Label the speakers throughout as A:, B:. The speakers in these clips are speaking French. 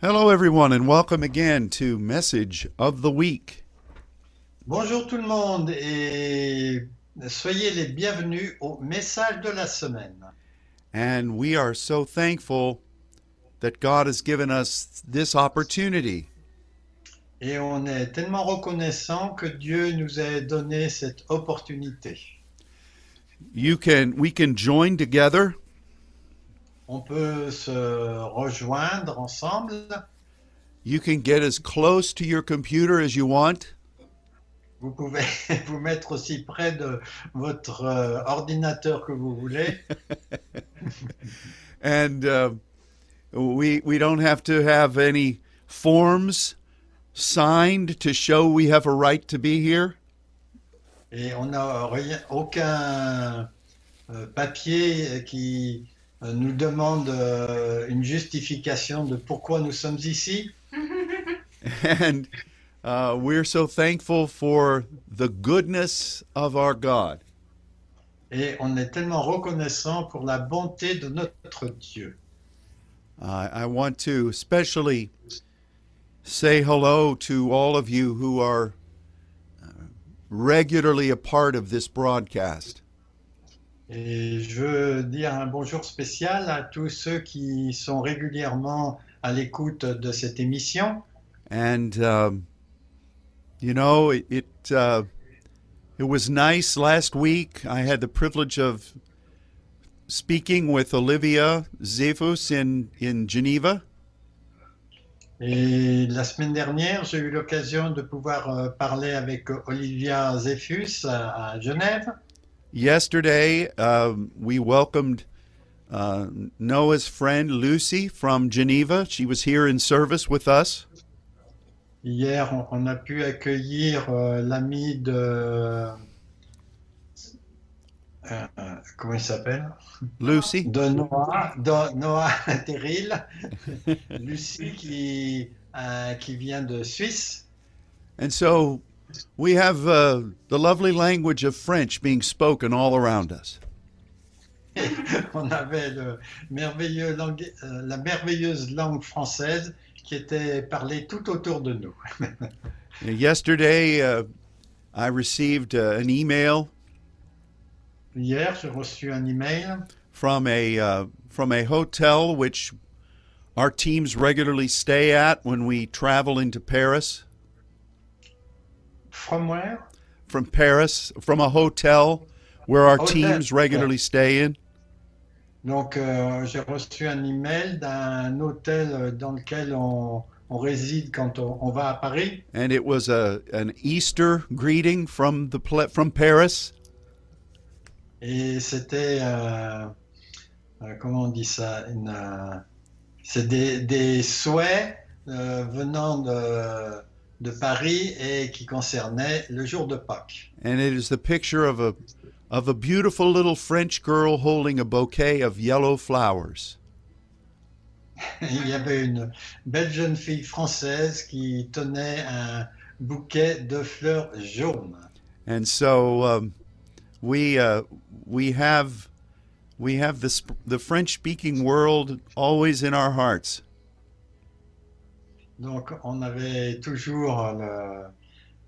A: Hello, everyone, and welcome again to Message of the Week.
B: Bonjour tout le monde et soyez les bienvenus au message de la semaine.
A: And we are so thankful that God has given us this opportunity
B: Et on est tellement reconnaissant que Dieu nous ait donné cette opportunité.
A: you can we can join together
B: On peut se rejoindre ensemble.
A: you can get as close to your computer as you want
B: Vous pouvez vous mettre aussi près de votre euh, ordinateur que vous voulez.
A: and uh, we we don't have to have any forms signed to show we have a right to be here
B: Et on n'a rien, aucun euh, papier qui euh, nous demande euh, une justification de pourquoi nous sommes ici.
A: and uh, we're so thankful for the goodness of our God
B: Et on est tellement reconnaissant pour la bonté de notre Dieu.
A: Uh, I I want to especially say hello to all of you who are uh, regularly a part of this broadcast.
B: Et je veux dire un bonjour spécial à tous ceux qui sont régulièrement à l'écoute de cette émission.
A: And, um, you know, it, it, uh, it was nice last week. I had the privilege of speaking with Olivia Zephus in, in Geneva.
B: Et la semaine dernière, j'ai eu l'occasion de pouvoir euh, parler avec Olivia Zephyus à à Genève.
A: Yesterday, um, we welcomed uh, Noah's friend Lucy from Geneva. She was here in service with us.
B: Hier, on, on a pu accueillir euh, l'ami de... euh, euh, comment il s'appelle
A: Lucy.
B: de Noah, de Noah Terril, Lucie qui, euh, qui vient de Suisse.
A: And so we have uh, the lovely language of French being spoken all around us.
B: Et on avait le merveilleux langue- euh, la merveilleuse langue française qui était parlée tout autour de nous.
A: Yesterday, uh, I received uh, an email
B: Hier, j'ai reçu un email
A: from a uh, from a hotel which our teams regularly stay at when we travel into Paris.
B: from where?
A: From Paris, from a hotel where our
B: Hotel,
A: teams regularly stay in,
B: Donc, euh, j'ai reçu un email d'un hôtel dans lequel on, on réside quand on, on va à Paris.
A: and it was a an Easter greeting from the pla from Paris.
B: Et c'était, euh, euh, comment on dit ça, une, euh, c'est des, des souhaits euh, venant de, de Paris et qui concernaient le jour de Pâques.
A: and it is the picture of a of a beautiful little French girl holding a bouquet of yellow flowers.
B: Il y avait une belle jeune fille française qui tenait un bouquet de fleurs jaunes.
A: And so um, we uh, we have we have the sp- the French speaking world always in our hearts.
B: Donc on avait toujours le-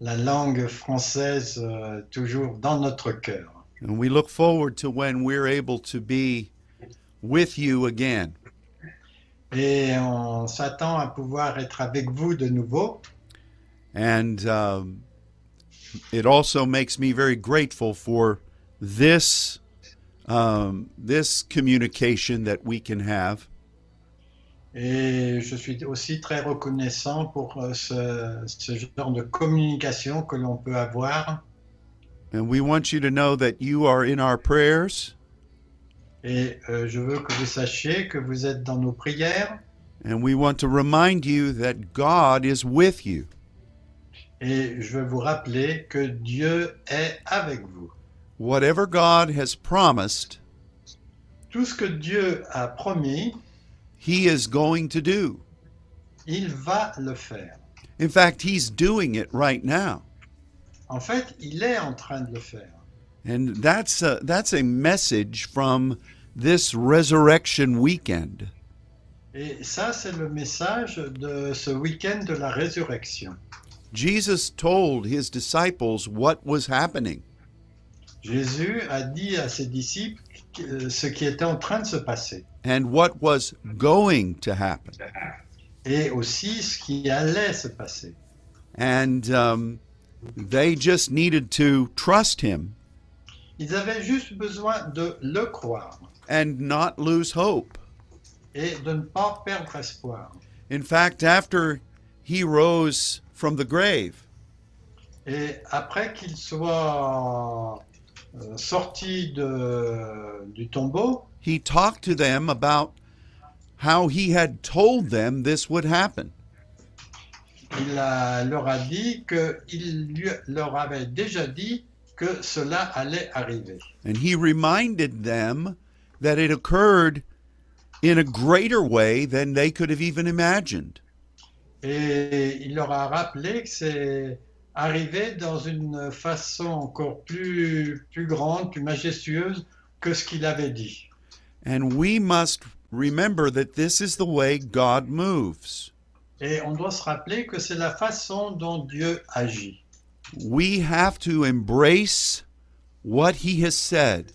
B: la langue française euh, toujours dans notre cœur.
A: And we look forward to when we're able to be with you again.
B: Et on s'attend à pouvoir être avec vous de nouveau.
A: And um, it also makes me very grateful for this um, this communication that we can have.
B: Et je suis aussi très reconnaissant pour euh, ce, ce genre de communication que l'on peut avoir.
A: And we want you to know that you are in our prayers
B: Et euh, je veux que vous sachiez que vous êtes dans nos prières.
A: and we want to remind you that God is with you.
B: Et je veux vous rappeler que Dieu est avec vous.
A: Whatever God has promised,
B: Tout ce que Dieu a promis,
A: He is going to do.
B: il va le faire.
A: In fact, He's doing it right now.
B: En fait, il est en train de le faire.
A: And that's a, that's a message from this resurrection weekend.
B: Et ça, c'est le message de ce week-end de la résurrection.
A: Jesus told his disciples what was happening.
B: Jésus a dit à ses disciples euh, ce qui était en train de se passer
A: and what was going to happen.
B: et aussi ce qui allait se passer.
A: And um, they just needed to trust him
B: Ils avaient juste besoin de le croire
A: and not lose hope.
B: et de ne pas perdre espoir.
A: In fact, after he rose from the grave,
B: Et après qu'il soit euh, sorti de- du tombeau,
A: he talked to them about how he had told them this would happen.
B: il a- leur a dit qu'il lui- leur avait déjà dit que cela allait arriver.
A: And he reminded them that it occurred in a greater way than they could have even imagined.
B: Et il leur a rappelé que c'est arrivé dans une façon encore plus, plus grande, plus majestueuse que ce qu'il avait dit.
A: And we must remember that this is the way God moves.
B: Et on doit se rappeler que c'est la façon dont Dieu agit.
A: We have to embrace what he has said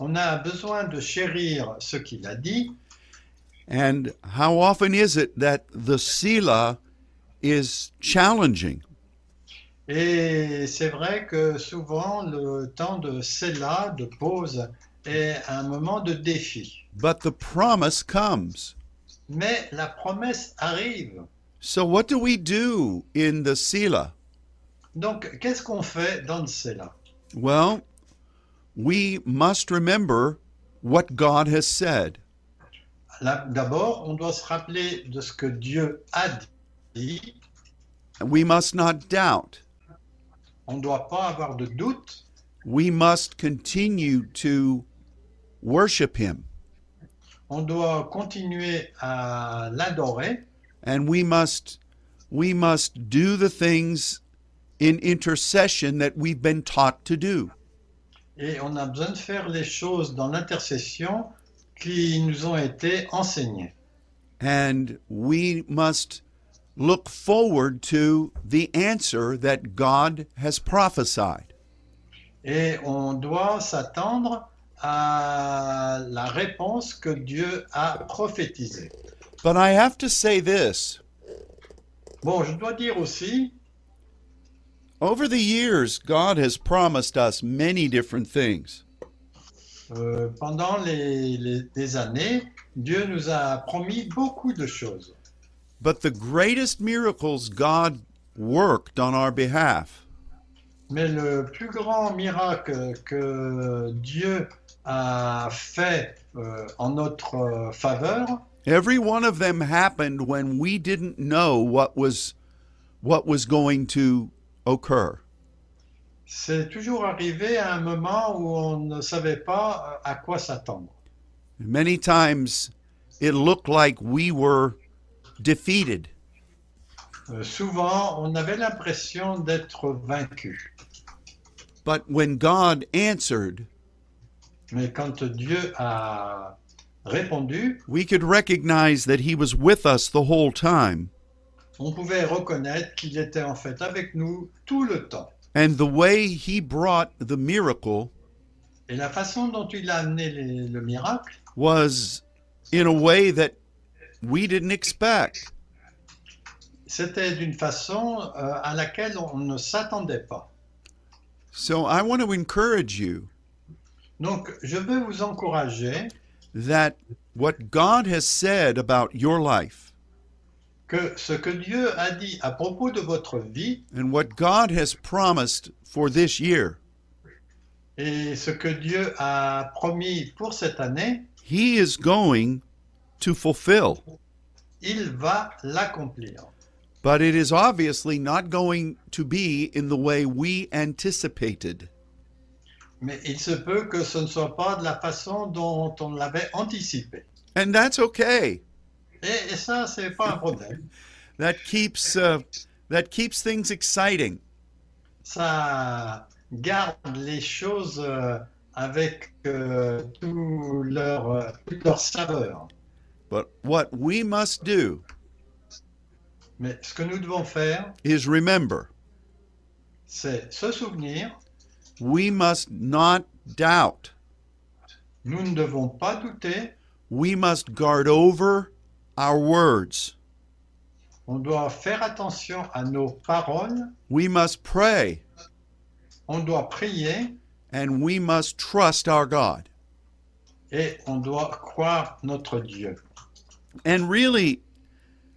B: On a besoin de chérir ce qu'il a dit.
A: And how often is it that the Sila is challenging?
B: Et c'est vrai que souvent le temps de cela, de pause, est un moment de défi.
A: But the promise comes.
B: Mais la promesse arrive.
A: So, what do we do in the Sila?
B: Donc qu'est-ce qu'on fait dans le cela
A: Well, we must remember what God has said.
B: Là, D'abord, on doit se rappeler de ce que Dieu a dit.
A: We must not doubt.
B: On ne doit pas avoir de doute.
A: We must continue to worship Him.
B: On doit continuer à l'adorer
A: And we must, we must do the things in intercession that we've been taught to do.
B: et on a besoin de faire les choses dans l'intercession qui nous ont été enseignées.
A: And we must look forward to the answer that God has prophesied.
B: Et on doit s'attendre à la réponse que Dieu a prophétisée.
A: But I have to say this
B: Bon, je dois dire aussi,
A: over the years, God has promised us many different things.
B: euh, pendant les, les- des années, Dieu nous a promis beaucoup de choses.
A: But the greatest miracles God worked on our behalf
B: Mais le plus grand miracle que Dieu a fait euh, en notre euh, faveur,
A: Every one of them happened when we didn't know what was what was going to occur.
B: c'est toujours arrivé à un moment où on ne savait pas euh, à quoi s'attendre.
A: Many times it looked like we were defeated,
B: Euh, souvent, on avait l'impression d'être vaincu.
A: but when God answered,
B: Mais quand Dieu a répondu,
A: we could recognize that he was with us the whole time.
B: on pouvait reconnaître qu'il était en fait avec nous tout le temps.
A: And the way he brought the miracle
B: Et la façon dont il a amené les- le miracle,
A: was in a way that we didn't expect.
B: c'était d'une façon euh, à laquelle on ne s'attendait pas.
A: So I want to encourage you
B: Donc, je veux vous encourager
A: that what God has said about your life
B: que ce que Dieu a dit à propos de votre vie
A: and what God has promised for this year,
B: et ce que Dieu a promis pour cette année,
A: he is going to fulfill.
B: il va l'accomplir.
A: But it is obviously not going to be in the way we anticipated.
B: Mais il se peut que ce ne soit pas de la façon dont on l'avait anticipé.
A: And that's okay.
B: Et, et ça, c'est pas un problème.
A: That keeps uh, that keeps things exciting.
B: Ça garde les choses euh, avec euh, tout leur, euh, toute leur saveur.
A: But what we must do
B: Mais ce que nous devons faire,
A: is remember
B: c'est se souvenir,
A: we must not doubt,
B: nous ne devons pas douter,
A: we must guard over our words,
B: on doit faire attention à nos paroles,
A: we must pray,
B: on doit prier
A: and we must trust our God.
B: et on doit croire notre Dieu.
A: And really,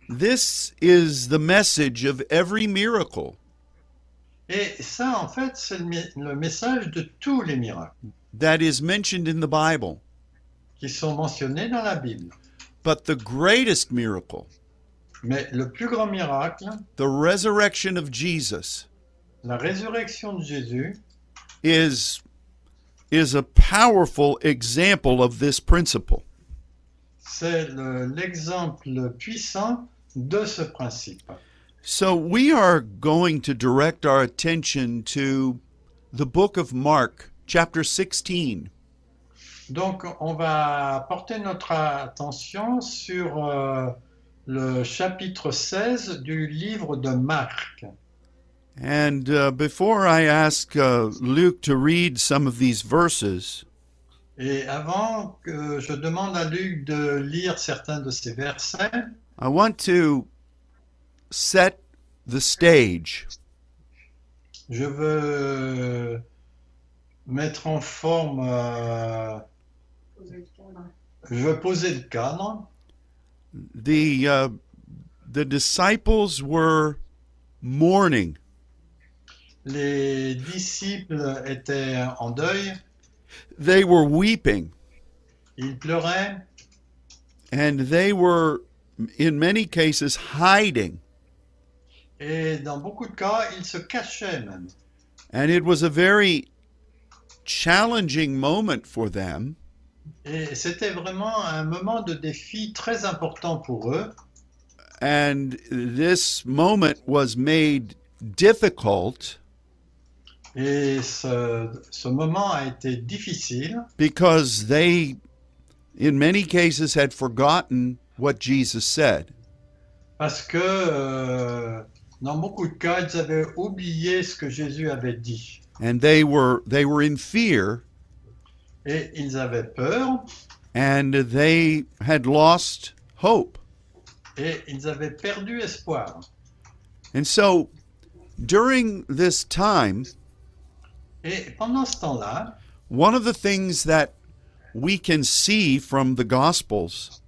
A: this is the message of every miracle.
B: Et ça, en fait, c'est le, mi- le message de tous les miracles
A: that is mentioned in the Bible.
B: qui sont mentionnés dans la Bible.
A: But the greatest miracle,
B: Mais le plus grand miracle,
A: the resurrection of Jesus,
B: la résurrection de Jésus,
A: is, is a powerful example of this principle.
B: c'est le- l'exemple puissant de ce principe.
A: So we are going to direct our attention to the book of Mark, chapter 16.
B: Donc, on va porter notre attention sur euh, le chapitre 16 du livre de Marc.
A: And uh, before I ask uh, Luke to read some of these verses,
B: Et avant que je demande à Luc de lire certains de ces versets,
A: I want to set the stage
B: je veux mettre en forme, euh, je veux poser le cadre.
A: the uh, the disciples were mourning.
B: Les disciples étaient en deuil,
A: They were weeping,
B: ils pleuraient,
A: and they were in many cases hiding.
B: et dans beaucoup de cas, ils se cachaient même.
A: And it was a very challenging moment for them
B: Et c'était vraiment un moment de défi très important pour eux.
A: and this moment was made difficult
B: Et ce, ce moment a été difficile
A: because they in many cases had forgotten what Jesus said.
B: parce que euh, dans beaucoup de cas, ils avaient oublié ce que Jésus avait dit.
A: And they were they were in fear
B: Et ils avaient peur
A: and they had lost hope.
B: et ils avaient perdu espoir.
A: And so during this time,
B: Et pendant ce temps-là,
A: one of the things that we can see from the Gospels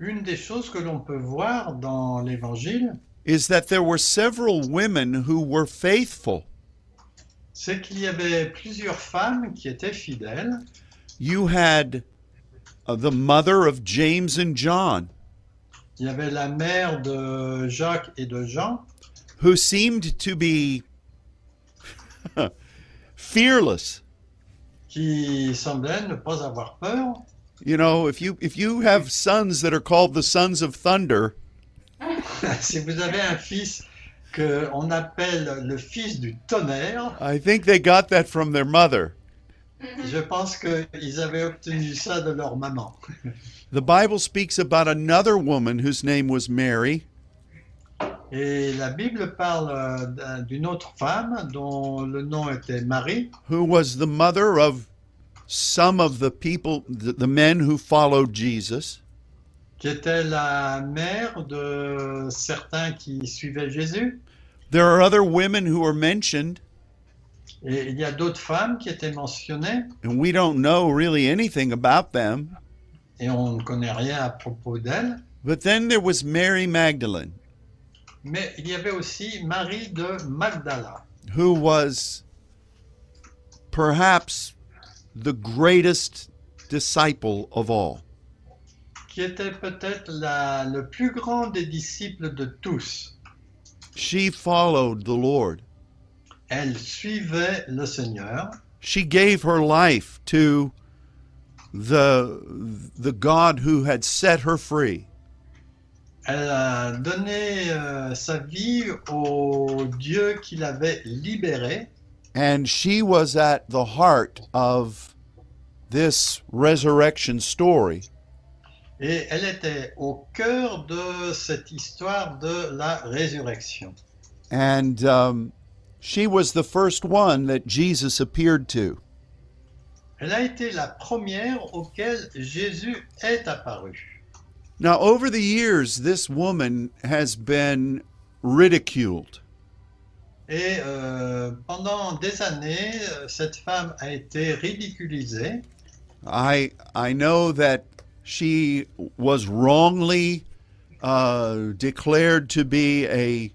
B: une des choses que l'on peut voir dans l'Évangile,
A: is that there were several women who were faithful.
B: c'est qu'il y avait plusieurs femmes qui étaient fidèles.
A: You had uh, the mother of James and John,
B: Il y avait la mère de Jacques et de Jean
A: who seemed to be fearless.
B: qui semblaient ne pas avoir peur.
A: You know, if you if you have sons that are called the sons of thunder,
B: si vous avez un fils que on appelle le fils du tonnerre,
A: I think they got that from their mother.
B: je pense qu'ils avaient obtenu ça de leur maman.
A: The Bible speaks about another woman whose name was Mary,
B: Et la Bible parle euh, d'un- d'une autre femme dont le nom était Marie,
A: who was the mother of some of the people, the, the men who followed Jesus.
B: qui était la mère de certains qui suivaient Jésus.
A: There are other women who are mentioned,
B: Et il y a d'autres femmes qui étaient mentionnées,
A: and we don't know really anything about them.
B: et on ne connaît rien à propos d'elles.
A: But then there was Mary Magdalene,
B: Mais il y avait aussi Marie de Magdala,
A: who was perhaps the greatest disciple of all.
B: qui était peut-être la- le plus grand des disciples de tous.
A: She followed the Lord,
B: Elle suivait le Seigneur.
A: she gave her life to the, the God who had set her free.
B: Elle a donné euh, sa vie au Dieu qui l'avait libérée.
A: And she was at the heart of this resurrection story.
B: Et elle était au cœur de cette histoire de la résurrection.
A: And um, she was the first one that Jesus appeared to.
B: Elle a été la première auquel Jésus est apparu.
A: Now, over the years, this woman has been ridiculed.
B: Et euh, pendant des années, euh, cette femme a été ridiculisée.
A: I, I know that she was wrongly uh, declared to be a,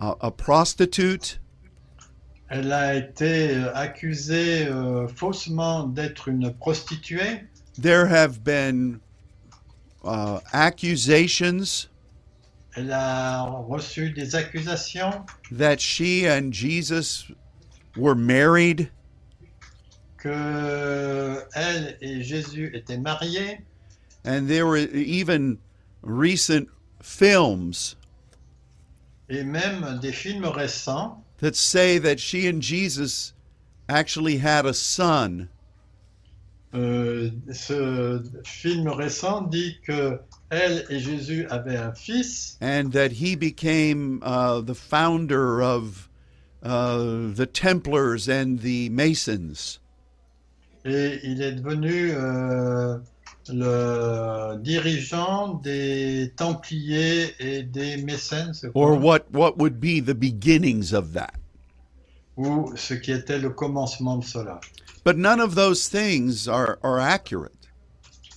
A: a, a prostitute.
B: Elle a été euh, accusée euh, faussement d'être une prostituée.
A: There have been uh, accusations
B: Elle a reçu des accusations
A: that she and Jesus were married.
B: que elle et Jésus étaient mariés.
A: And there were even recent films
B: Et même des films récents
A: that say that she and Jesus actually had a son.
B: Euh, ce film récent dit que elle et Jésus avaient un fils
A: and that he became uh, the founder of uh, the Templars and the Masons.
B: et il est devenu euh, le dirigeant des Templiers et des Mécènes, je crois,
A: Or what, what would be the beginnings of that?
B: ou ce qui était le commencement de cela.
A: But none of those things are, are accurate.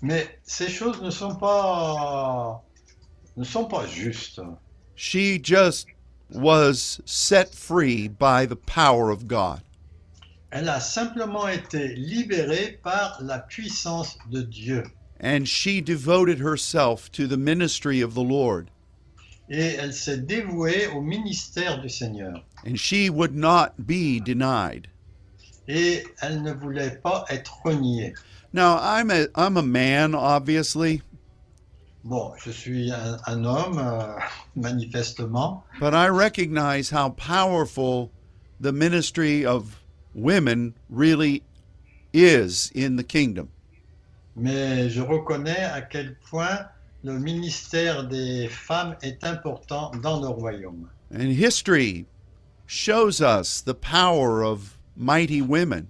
B: Mais ces choses ne sont pas ne sont pas justes.
A: She just was set free by the power of God.
B: Elle a simplement été libérée par la puissance de Dieu.
A: And she devoted herself to the ministry of the Lord.
B: et elle s'est dévouée au ministère du Seigneur.
A: And she would not be denied.
B: Et elle ne voulait pas être reniée.
A: Now, I'm a, I'm a man, obviously,
B: Bon, je suis un, un homme, euh, manifestement,
A: But I recognize how powerful the ministry of women really is in the kingdom.
B: mais je reconnais à quel point le ministère des femmes est important dans le royaume.
A: And history shows us the power of mighty women.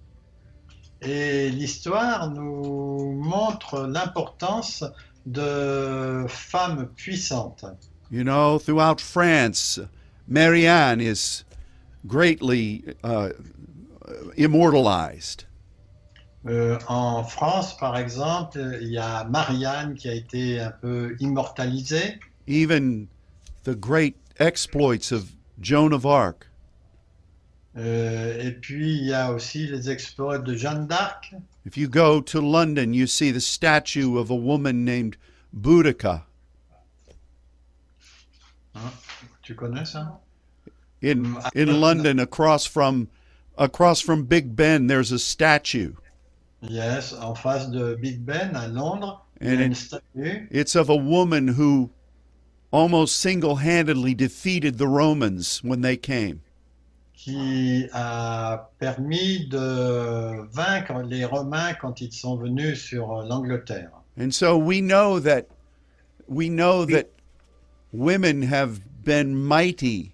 B: Et l'histoire nous montre l'importance de femmes puissantes.
A: You know, throughout France, Marianne is greatly uh, immortalized.
B: Euh, en France, par exemple, il y a Marianne qui a été un peu immortalisée.
A: Even the great exploits of Joan of Arc.
B: Euh, et puis il y a aussi les exploits de Jeanne d'Arc.
A: If you go to London, you see the statue of a woman named Boudica.
B: Hein, tu connais ça
A: in
B: Mm, I
A: in
B: don't
A: London across from across from Big Ben there's a statue
B: Yes, en face de Big Ben à Londres, il y
A: And
B: a
A: it-
B: une statue.
A: it's of a woman who almost single-handedly defeated the Romans when they came
B: qui a permis de vaincre les Romains quand ils sont venus sur l'Angleterre.
A: and so we know that we know that women have been mighty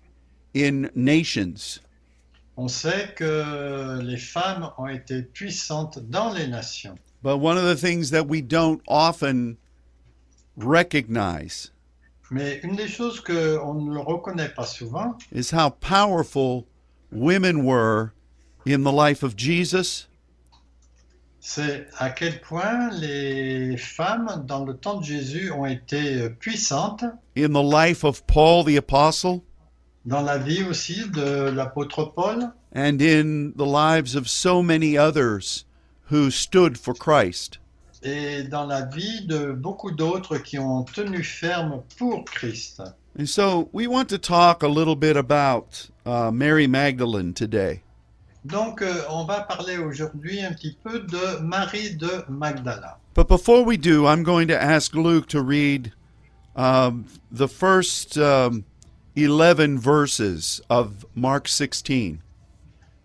A: in nations
B: On sait que les femmes ont été puissantes dans les nations.
A: but one of the things that we don't often recognize
B: Mais une des choses qu'on ne reconnaît pas souvent,
A: is how powerful women were in the life of Jesus
B: C'est à quel point les femmes, dans le temps de Jésus, ont été euh, puissantes
A: in the life of Paul the Apostle
B: dans la vie aussi de l'apôtre Paul
A: and in the lives of so many others who stood for Christ.
B: et dans la vie de beaucoup d'autres qui ont tenu ferme pour Christ.
A: And so we want to talk a little bit about uh, Mary Magdalene today.
B: Donc, euh, on va parler aujourd'hui un petit peu de Marie de Magdala.
A: But before we do, I'm going to ask Luke to read um, the first um, 11 verses of Mark 16.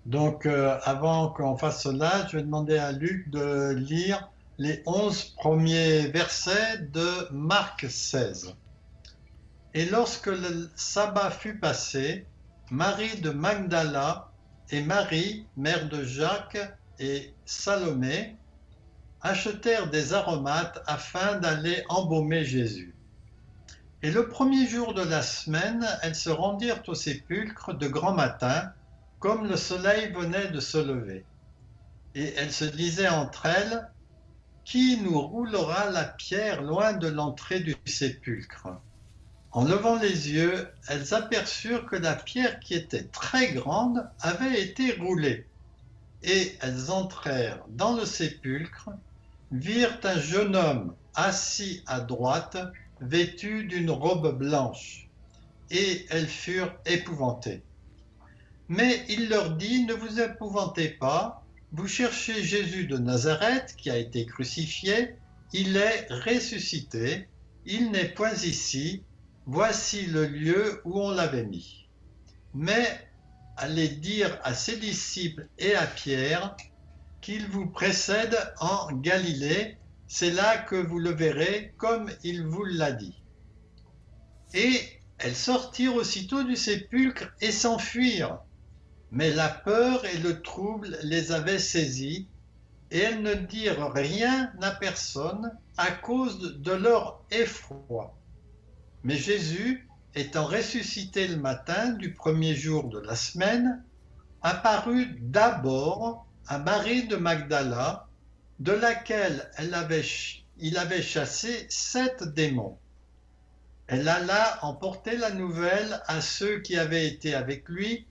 B: Donc, euh, avant qu'on fasse cela, je vais demander à Luc de lire les 11 premiers versets de Marc 16. Et lorsque le sabbat fut passé, Marie de Magdala et Marie, mère de Jacques et Salomé, achetèrent des aromates afin d'aller embaumer Jésus. Et le premier jour de la semaine, elles se rendirent au sépulcre de grand matin, comme le soleil venait de se lever. Et elles se disaient entre elles, Qui nous roulera la pierre loin de l'entrée du sépulcre En levant les yeux, elles aperçurent que la pierre qui était très grande avait été roulée. Et elles entrèrent dans le sépulcre, virent un jeune homme assis à droite, vêtu d'une robe blanche, et elles furent épouvantées. Mais il leur dit, ne vous épouvantez pas, vous cherchez Jésus de Nazareth qui a été crucifié, il est ressuscité, il n'est point ici, voici le lieu où on l'avait mis. Mais allez dire à ses disciples et à Pierre qu'il vous précède en Galilée, c'est là que vous le verrez comme il vous l'a dit. Et elles sortirent aussitôt du sépulcre et s'enfuirent. Mais la peur et le trouble les avaient saisies, et elles ne dirent rien à personne à cause de leur effroi. Mais Jésus, étant ressuscité le matin du premier jour de la semaine, apparut d'abord à Marie de Magdala, de laquelle elle avait, il avait chassé sept démons. Elle alla emporter la nouvelle à ceux qui avaient été avec lui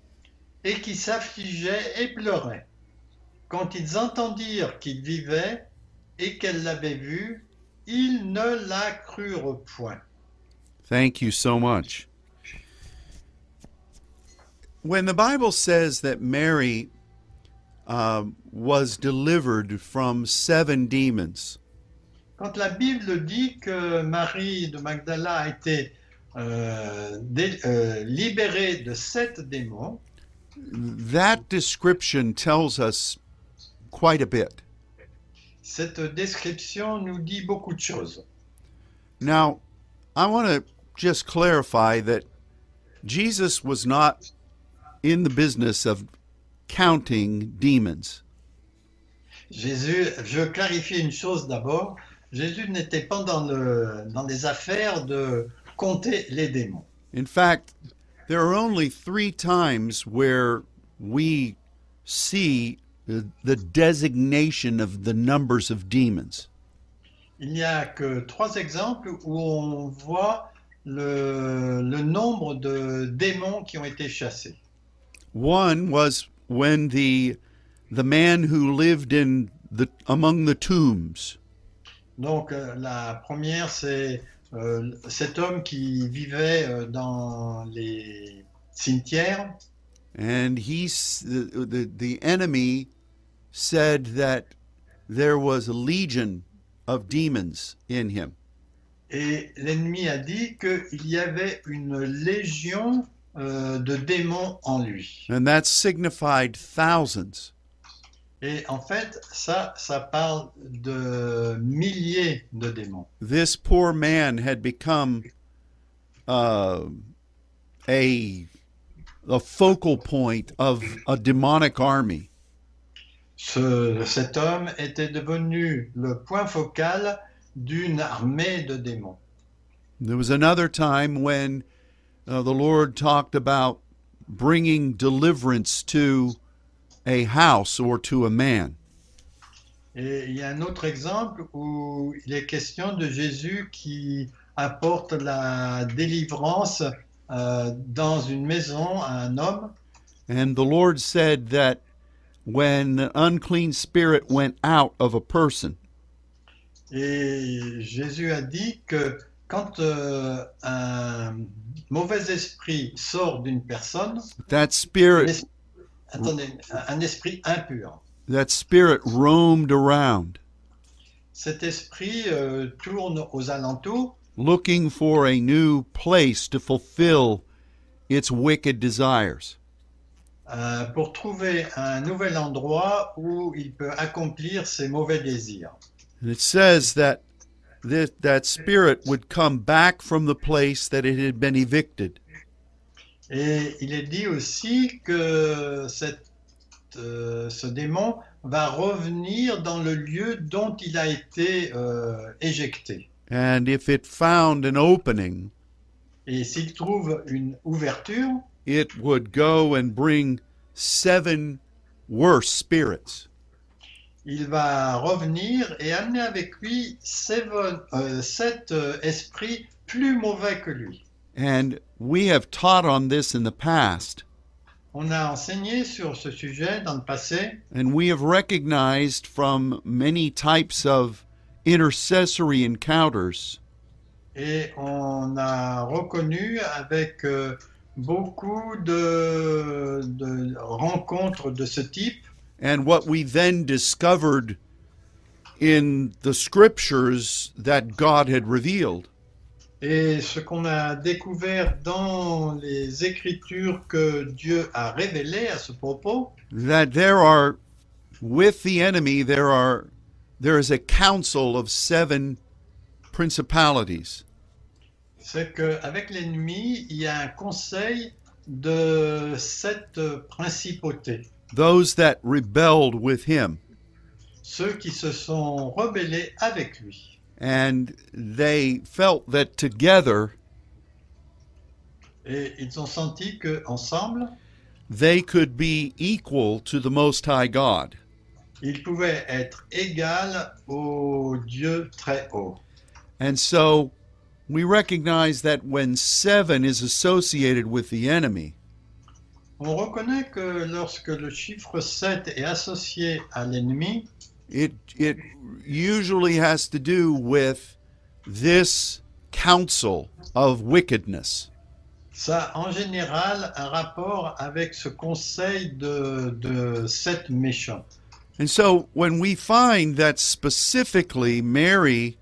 B: et qui s'affligeaient et pleuraient. Quand ils entendirent qu'il vivait et qu'elle l'avait vu, ils ne la crurent point.
A: Thank you so much. When the Bible says that Mary uh, was delivered from seven demons,
B: Quand la Bible dit que Marie de Magdala a été euh, dé- euh, libérée de sept démons,
A: that description tells us quite a bit.
B: cette description nous dit beaucoup de choses.
A: Now, I want to just clarify that Jesus was not in the business of counting demons.
B: Jésus, je clarifie une chose d'abord, Jésus n'était pas dans, le, dans les affaires de compter les démons.
A: In fact, there are only three times where we see the the designation of the numbers of demons.
B: Il n'y a que trois exemples où on voit le, le nombre de démons qui ont été chassés.
A: One was when the the man who lived in the among the tombs
B: Donc euh, la première, c'est euh, cet homme qui vivait euh, dans les cimetières
A: and he s- the, the the enemy said that there was a legion of demons in him.
B: et l'ennemi a dit qu'il y avait une légion euh, de démons en lui.
A: And that signified thousands.
B: Et en fait, ça, ça parle de milliers de démons.
A: this poor man had become uh, a a focal point of a demonic army.
B: Ce- cet homme était devenu le point focal d'une armée de démons.
A: There was another time when uh, the Lord talked about bringing deliverance to a house or to a man.
B: Et il y a un autre exemple où il est question de Jésus qui apporte la délivrance euh, dans une maison à un homme.
A: And the Lord said that when an unclean spirit went out of a person,
B: Et Jésus a dit que quand euh, un mauvais esprit sort d'une personne,
A: that spirit
B: l'es- attendez, un esprit impur,
A: that spirit roamed around
B: cet esprit euh, tourne aux alentours
A: looking for a new place to fulfill its wicked desires.
B: euh, pour trouver un nouvel endroit où il peut accomplir ses mauvais désirs.
A: And it says that th- that spirit would come back from the place that it had been evicted.
B: Et il est dit aussi que cette, euh, ce démon va revenir dans le lieu dont il a été euh, éjecté.
A: And if it found an opening,
B: Et s'il trouve une ouverture,
A: it would go and bring seven worse spirits.
B: il va revenir et amener avec lui seven- euh, sept euh, esprits plus mauvais que lui.
A: And we have taught on this in the past,
B: On a enseigné sur ce sujet dans le passé
A: and we have recognized from many types of intercessory encounters
B: et on a reconnu avec euh, beaucoup de, de rencontres de ce type
A: and what we then discovered in the scriptures that God had revealed.
B: et ce qu'on a découvert dans les écritures que Dieu a révélées à ce propos,
A: that there are with the enemy there are there is a council of seven principalities
B: c'est qu'avec l'ennemi, il y a un conseil de sept principautés,
A: those that rebelled with him
B: ceux qui se sont rebellés avec lui.
A: and they felt that together
B: Et ils ont senti qu'ensemble,
A: they could be equal to the most high god
B: ils pouvaient être égal au Dieu très haut.
A: and so we recognize that when seven is associated with the enemy
B: On reconnaît que lorsque le chiffre 7 est associé à l'ennemi,
A: it it usually has to do with this council of wickedness
B: ça a en général un rapport avec ce conseil de, de sept méchants.
A: And so when we find that specifically Mary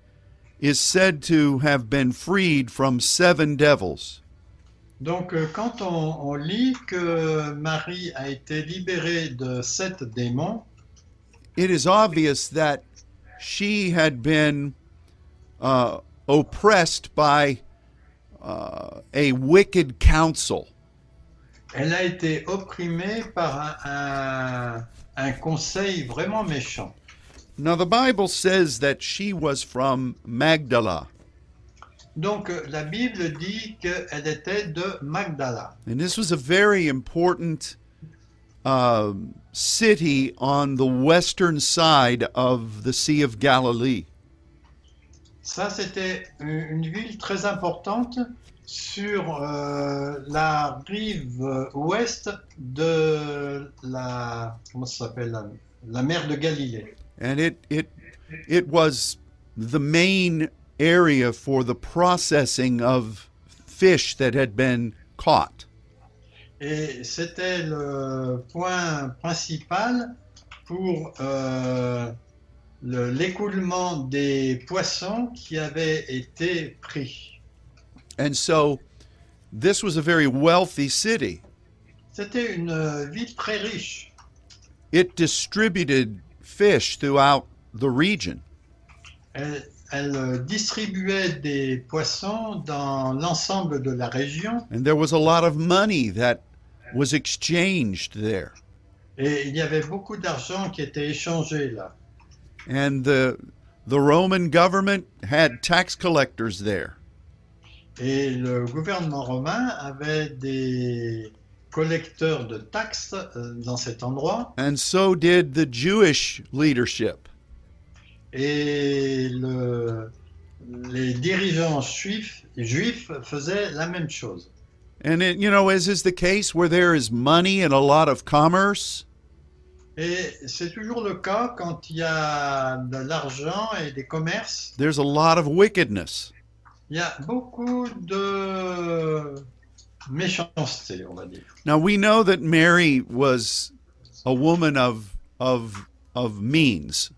A: is said to have been freed from seven devils,
B: Donc euh, quand on, on lit que Marie a été libérée de sept démons,
A: it is obvious that she had been uh, oppressed by uh, a wicked counsel.
B: elle a été opprimée par un- un- un conseil vraiment méchant.
A: Now, the Bible says that she was from Magdala,
B: Donc euh, la Bible dit qu'elle était de Magdala.
A: and this was a very important um city on the western side of the Sea of Galilee.
B: Ça, c'était une une ville très importante sur euh, la rive euh, ouest de la, comment ça s'appelle, la, la mer de Galilée.
A: and it it it was the main area for the processing of fish that had been caught
B: Et c'était le point principal pour euh, le- l'écoulement des poissons qui avaient été pris.
A: and so this was a very wealthy city
B: C'était une euh, ville très riche.
A: it distributed fish throughout the region
B: Elle, elle, euh, distribuait des poissons dans l'ensemble de la région
A: and there was a lot of money that was exchanged there
B: et il y avait beaucoup d'argent qui était échangé là.
A: and the the roman government had tax collectors there
B: Et le gouvernement romain avait des collecteurs de taxes euh, dans cet endroit
A: and so did the jewish leadership
B: et le- les dirigeants juifs, juifs faisaient la même chose.
A: And it, you know, as is the case where there is money and a lot of commerce,
B: Et c'est toujours le cas quand il y a de l'argent et des commerces.
A: there's a lot of wickedness.
B: Il y a beaucoup de méchanceté, on va dire.
A: Now we know that Mary was a woman of of of means,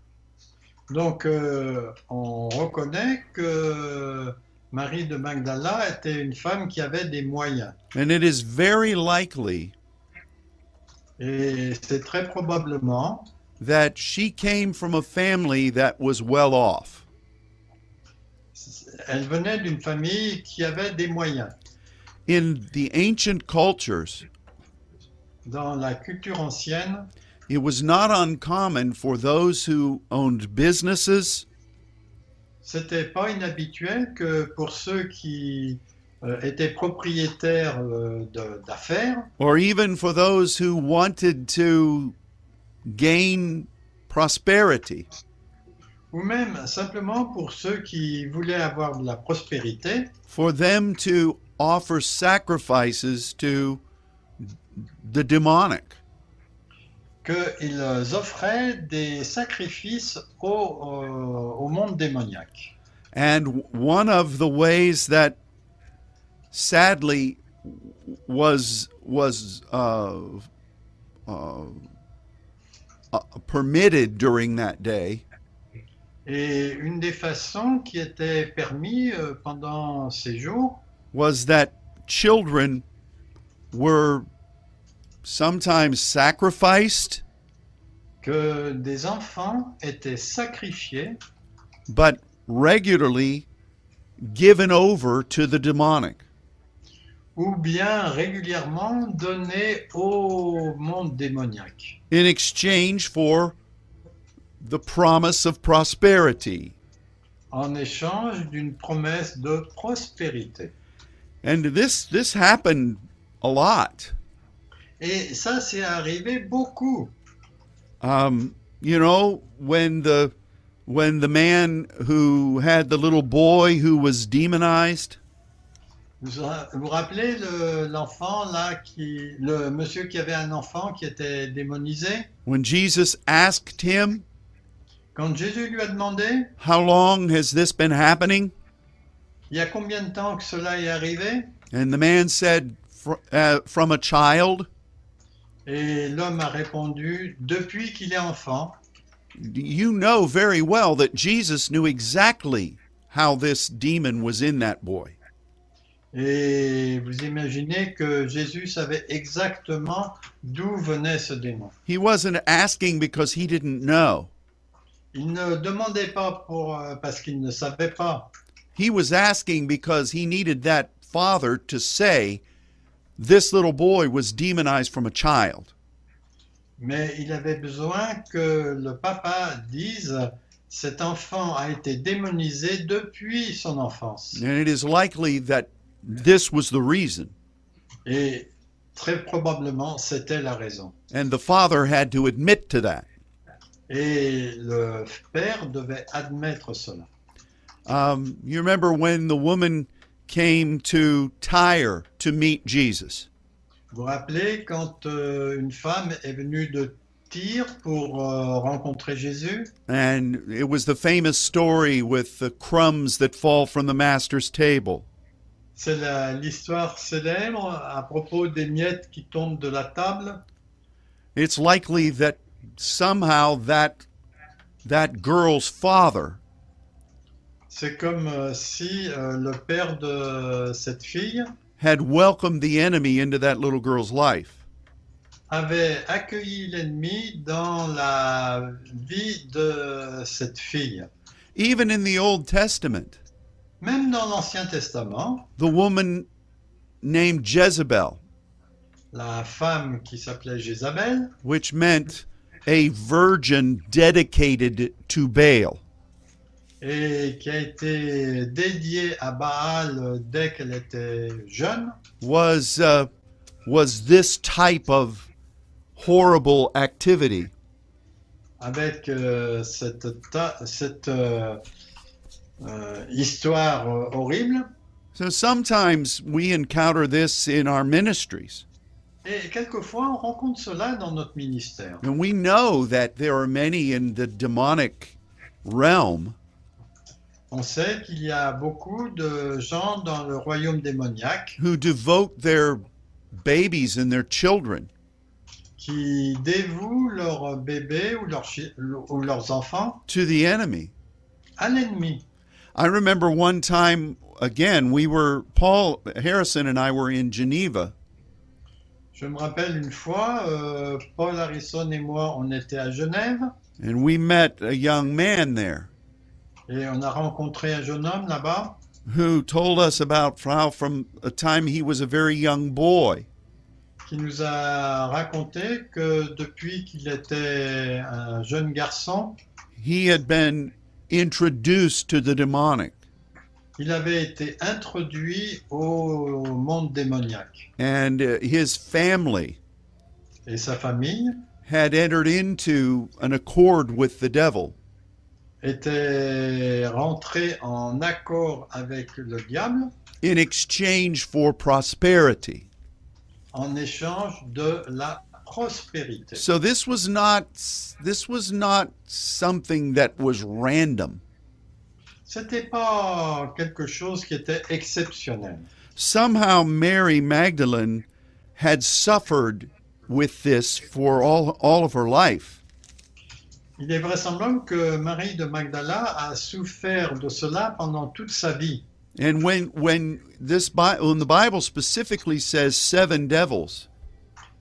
B: Donc, euh, on reconnaît que Marie de Magdala était une femme qui avait des moyens.
A: and it is very likely
B: Et c'est très probablement
A: that she came from a family that was well off.
B: Elle venait d'une famille qui avait des moyens.
A: In the ancient cultures,
B: Dans la culture ancienne,
A: it was not uncommon for those who owned businesses
B: c'était pas inhabituel que pour ceux qui euh, étaient propriétaires euh, de- d'affaires
A: or even for those who wanted to gain prosperity
B: ou même simplement pour ceux qui voulaient avoir de la prospérité,
A: for them to offer sacrifices to the demonic.
B: qu'ils offraient des sacrifices au, euh, au- au monde démoniaque.
A: And w- one of the ways that sadly was was uh, uh, uh, permitted during that day
B: Et une des façons qui était permise euh, pendant ces jours,
A: was that children were sometimes sacrificed,
B: que des enfants étaient sacrifiés,
A: but regularly given over to the demonic.
B: ou bien régulièrement donnés au monde démoniaque
A: in exchange for the promise of prosperity.
B: en échange d'une promesse de prospérité.
A: And this this happened a lot.
B: Et ça, c'est arrivé beaucoup.
A: Um, you know, when the when the man who had the little boy who was demonized,
B: Vous ra- vous rappelez le- l'enfant là qui, le monsieur qui avait un enfant qui était démonisé
A: when Jesus asked him,
B: Quand Jésus lui a demandé,
A: "How long has this been happening?"
B: il y a combien de temps que cela est arrivé
A: and the man said, "Fr- uh, "From a child."
B: Et l'homme a répondu, depuis qu'il est enfant.
A: You know very well that Jesus knew exactly how this demon was in that boy.
B: Et vous imaginez que Jésus savait exactement d'où venait ce démon.
A: He wasn't asking because he didn't know.
B: Il ne demandait pas pour, euh, parce qu'il ne savait pas.
A: He was asking because he needed that father to say, This little boy was demonized from a child.
B: Mais il avait besoin que le papa dise, cet enfant a été démonisé depuis son enfance.
A: And it is likely that this was the reason.
B: Et très probablement, c'était la raison.
A: And the father had to admit to that.
B: Et le père devait admettre cela.
A: Um, you remember when the woman came to Tyre to meet Jesus?
B: Vous vous rappelez quand euh, une femme est venue de Tyr pour euh, rencontrer Jésus
A: And it was the famous story with the crumbs that fall from the master's table.
B: C'est la- l'histoire célèbre à propos des miettes qui tombent de la table.
A: it's likely that somehow that that girl's father
B: C'est comme euh, si euh, le père de cette fille
A: had welcomed the enemy into that little girl's life
B: avait accueilli l'ennemi dans la vie de cette fille.
A: even in the old testament
B: Même dans l'Ancien Testament,
A: the woman named jezebel
B: la femme qui s'appelait Jézabel,
A: which meant a virgin dedicated to baal
B: et qui a été dédiée à Baal dès qu'elle était jeune,
A: was uh, was this type of horrible activity
B: avec euh, cette, ta- cette euh, euh, histoire euh, horrible.
A: so sometimes we encounter this in our ministries
B: Et quelquefois, on rencontre cela dans notre ministère.
A: And we know that there are many in the demonic realm
B: On sait qu'il y a beaucoup de gens dans le royaume démoniaque
A: who devote their babies and their children
B: qui dévouent leurs bébés ou leurs, chi- ou leurs enfants
A: to the enemy.
B: à l'ennemi.
A: I remember one time again we were Paul Harrison and I were in Geneva
B: Je me rappelle une fois, euh, Paul Harrison et moi, on était à Genève
A: and we met a young man there
B: et on a rencontré un jeune homme là-bas
A: who told us about how from a time he was a very young boy
B: qui nous a raconté que depuis qu'il était un jeune garçon,
A: he had been introduced to the demonic
B: il avait été introduit au monde démoniaque
A: and uh, his family
B: et sa famille
A: had entered into an accord with the devil
B: était rentré en accord avec le diable
A: in exchange for prosperity
B: en échange de la prospérité.
A: so this was not this was not something that was random
B: C'était pas quelque chose qui était exceptionnel.
A: somehow Mary Magdalene had suffered with this for all, all of her life.
B: Il est vraisemblable que Marie de Magdala a souffert de cela pendant toute sa vie.
A: And when when this Bi- when the Bible specifically says seven devils,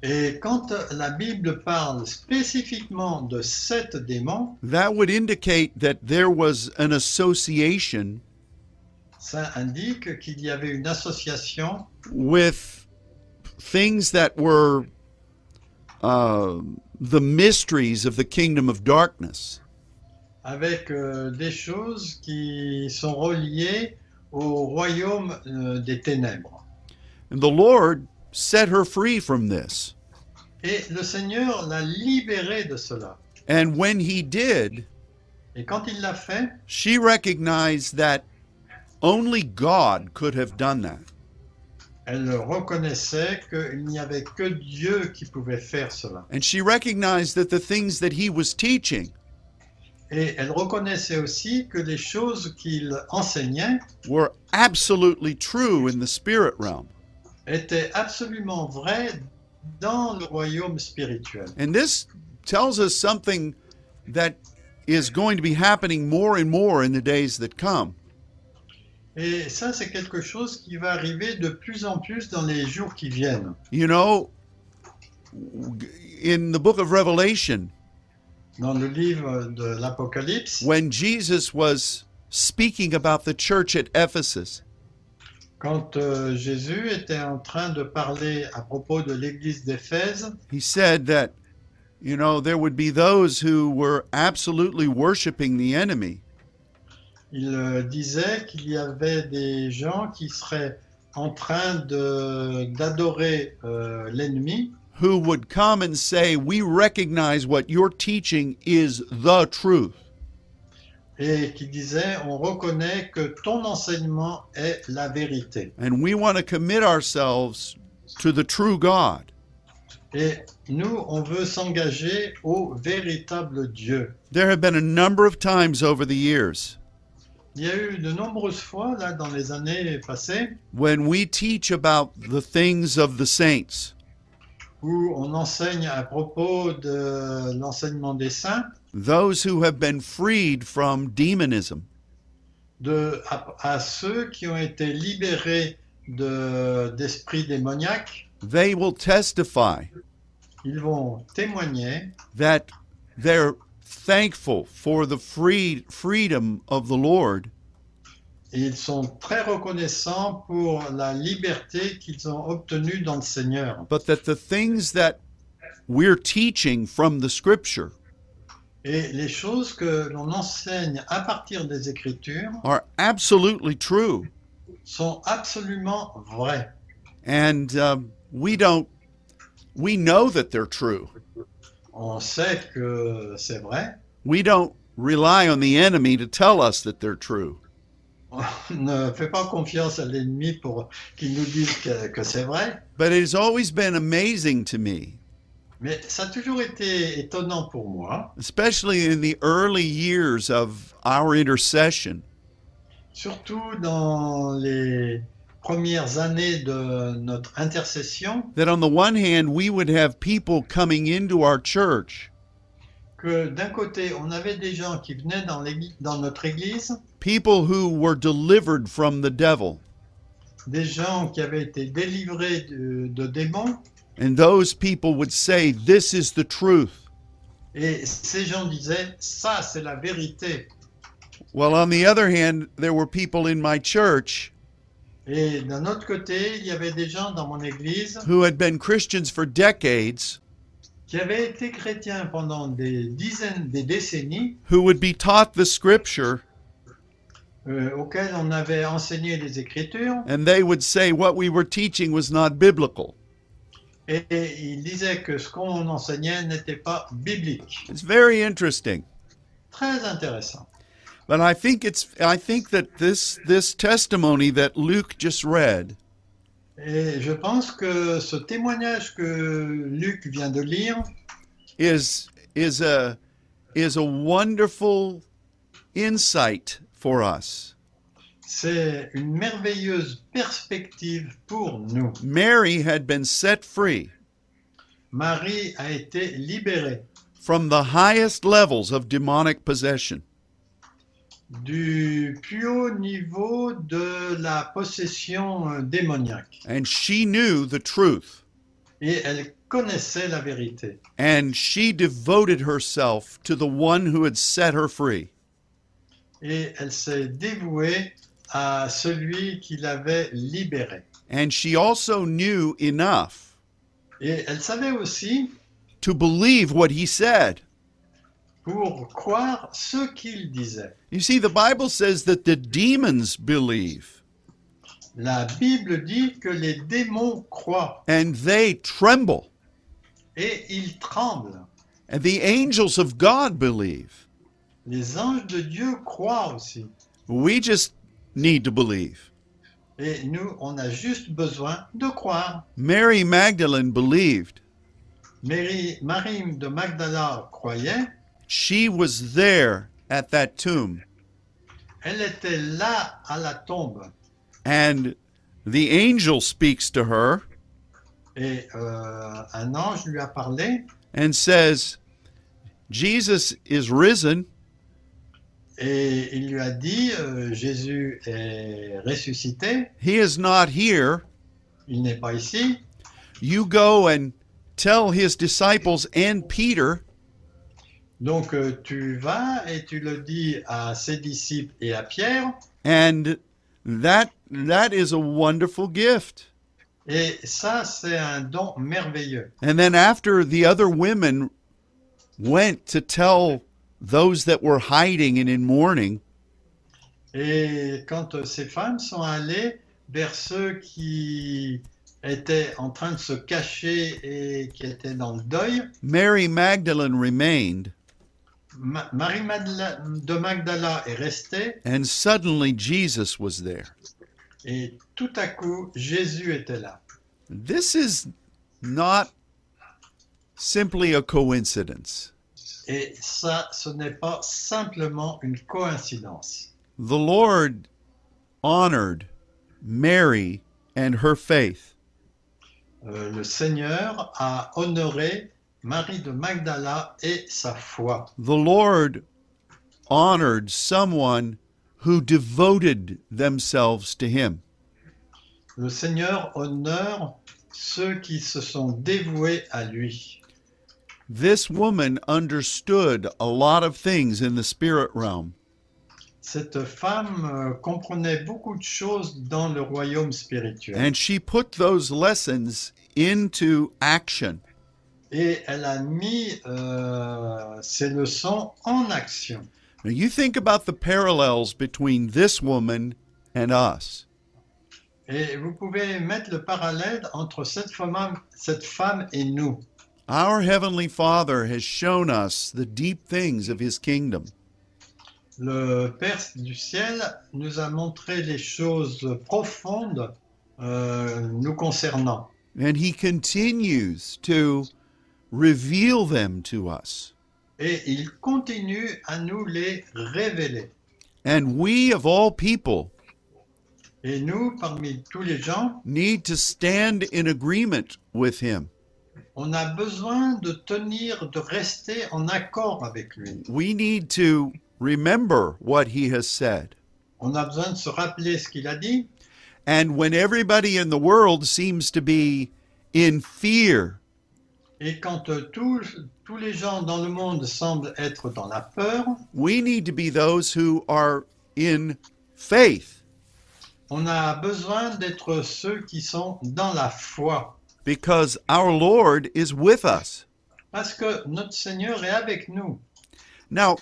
B: Et quand la Bible parle spécifiquement de sept démons,
A: that would indicate that there was an association
B: ça indique qu'il y avait une association
A: with things that were uh, the mysteries of the kingdom of darkness.
B: avec euh, des choses qui sont reliées au royaume euh, des ténèbres.
A: And the Lord set her free from this.
B: Et le Seigneur l'a libérée de cela.
A: And when he did,
B: Et quand il l'a fait,
A: She recognized that only God could have done that.
B: elle reconnaissait qu'il n'y avait que Dieu qui pouvait faire cela.
A: And she recognized that the things that he was teaching
B: Et elle reconnaissait aussi que les choses qu'il enseignait
A: were absolutely true in the spirit realm.
B: étaient absolument vraies dans le royaume spirituel.
A: And this tells us something that is going to be happening more and more in the days that come.
B: Et ça, c'est quelque chose qui va arriver de plus en plus dans les jours qui viennent.
A: You know, in the book of Revelation,
B: Dans le livre de l'Apocalypse,
A: when Jesus was speaking about the church at Ephesus,
B: quand euh, Jésus était en train de parler à propos de l'église d'Éphèse,
A: he said that you know there would be those who were absolutely worshiping the enemy
B: il euh, disait qu'il y avait des gens qui seraient en train de- d'adorer euh, l'ennemi
A: who would come and say we recognize what you're teaching is the truth
B: et qui disaient on reconnaît que ton enseignement est la vérité.
A: and we want to commit ourselves to the true god
B: Et nous, on veut s'engager au véritable Dieu.
A: there have been a number of times over the years
B: Il y a eu de nombreuses fois, là, dans les années passées,
A: when we teach about the things of the saints
B: où on enseigne à propos de l'enseignement des saints,
A: those who have been freed from demonism
B: de, à, à ceux qui ont été libérés de- d'esprits démoniaques,
A: they will testify
B: ils vont témoigner
A: that they're thankful for the free freedom of the Lord
B: et ils sont très reconnaissants pour la liberté qu'ils ont obtenue dans le Seigneur.
A: but that the things that we're teaching from the scripture
B: Et les choses que l'on enseigne à partir des Écritures
A: are absolutely true
B: sont absolument vraies.
A: and um, we don't we know that they're true
B: On sait que c'est vrai.
A: we don't rely on the enemy to tell us that they're true
B: On ne fait pas confiance à l'ennemi pour qu'il nous dise que, que c'est vrai.
A: but it has always been amazing to me
B: Mais ça a toujours été étonnant pour moi,
A: especially in the early years of our intercession
B: surtout dans les premières années de notre intercession,
A: that on the one hand we would have people coming into our church
B: que d'un côté, on avait des gens qui venaient dans, l'égli- dans notre église,
A: people who were delivered from the devil
B: des gens qui avaient été délivrés de, de démons,
A: And those people would say, This is the truth.
B: Et ces gens disaient, ça c'est la vérité.
A: Well, on the other hand, there were people in my church
B: Et d'un autre côté, il y avait des gens dans mon église
A: who had been Christians for decades
B: qui avaient été chrétiens pendant des dizaines, des décennies,
A: who would be taught the scripture
B: euh, auxquels on avait enseigné les Écritures,
A: and they would say what we were teaching was not biblical.
B: et ils disaient que ce qu'on enseignait n'était pas biblique.
A: It's very interesting.
B: Très intéressant.
A: But I think it's I think that this this testimony that Luke just read
B: Et je pense que ce témoignage que Luc vient de lire
A: is is a is a wonderful insight for us.
B: C'est une merveilleuse perspective pour nous.
A: Mary had been set free
B: Marie a été libérée
A: from the highest levels of demonic possession.
B: du plus haut niveau de la possession euh, démoniaque.
A: And she knew the truth.
B: Et elle connaissait la vérité.
A: And she devoted herself to the one who had set her free.
B: Et elle s'est dévouée à celui qui l'avait libérée.
A: And she also knew enough
B: Et elle savait aussi
A: to believe what he said.
B: pour croire ce qu'il disait.
A: You see, the Bible says that the demons believe
B: La Bible dit que les démons croient
A: and they tremble,
B: et ils tremblent.
A: and the angels of God believe.
B: Les anges de Dieu croient aussi.
A: We just need to believe.
B: Et nous, on a juste besoin de croire.
A: Mary Magdalene believed.
B: Marie, Marie de Magdala croyait,
A: She was there at that tomb,
B: elle était là à la tombe.
A: and the angel speaks to her
B: Et euh, un ange lui a parlé
A: and says, Jesus is risen.
B: et il lui a dit, euh, Jésus est ressuscité,
A: He is not here.
B: il n'est pas ici,
A: You go and tell his disciples and Peter
B: donc euh, tu vas et tu le dis à ses disciples et à Pierre,
A: And that that is a wonderful gift.
B: et ça c'est un don merveilleux.
A: And then after the other women went to tell those that were hiding and in mourning,
B: Et quand euh, ces femmes sont allées vers ceux qui étaient en train de se cacher et qui étaient dans le deuil,
A: Mary Magdalene remained,
B: Ma- Marie Madela- de Magdala est restée
A: and suddenly Jesus was there.
B: et tout à coup Jésus était là.
A: This is not simply a coincidence.
B: Et ça, ce n'est pas simplement une coïncidence.
A: The Lord honored Mary and her faith.
B: Euh, le Seigneur a honoré Marie de Magdala et sa foi.
A: the Lord honored someone who devoted themselves to him.
B: Le Seigneur honore ceux qui se sont dévoués à lui.
A: This woman understood a lot of things in the spirit realm.
B: Cette femme euh, comprenait beaucoup de choses dans le royaume spirituel
A: And she put those lessons into action.
B: et elle a mis euh, ses leçons en action.
A: Now, you think about the parallels between this woman and us.
B: Et vous pouvez mettre le parallèle entre cette femme, cette femme et nous.
A: Our Heavenly Father has shown us the deep things of His kingdom.
B: Le Père du ciel nous a montré les choses profondes euh, nous concernant.
A: And He continues to reveal them to us.
B: Et il continue à nous les révéler.
A: And we, of all people,
B: Et nous, parmi tous les gens,
A: need to stand in agreement with him.
B: on a besoin de tenir, de rester en accord avec lui.
A: We need to remember what he has said.
B: On a besoin de se rappeler ce qu'il a dit.
A: And when everybody in the world seems to be in fear.
B: Et quand euh, tous- tous les gens dans le monde semblent être dans la peur,
A: We need to be those who are in faith
B: on a besoin d'être ceux qui sont dans la foi.
A: because our Lord is with us.
B: Parce que notre Seigneur est avec nous.
A: Now,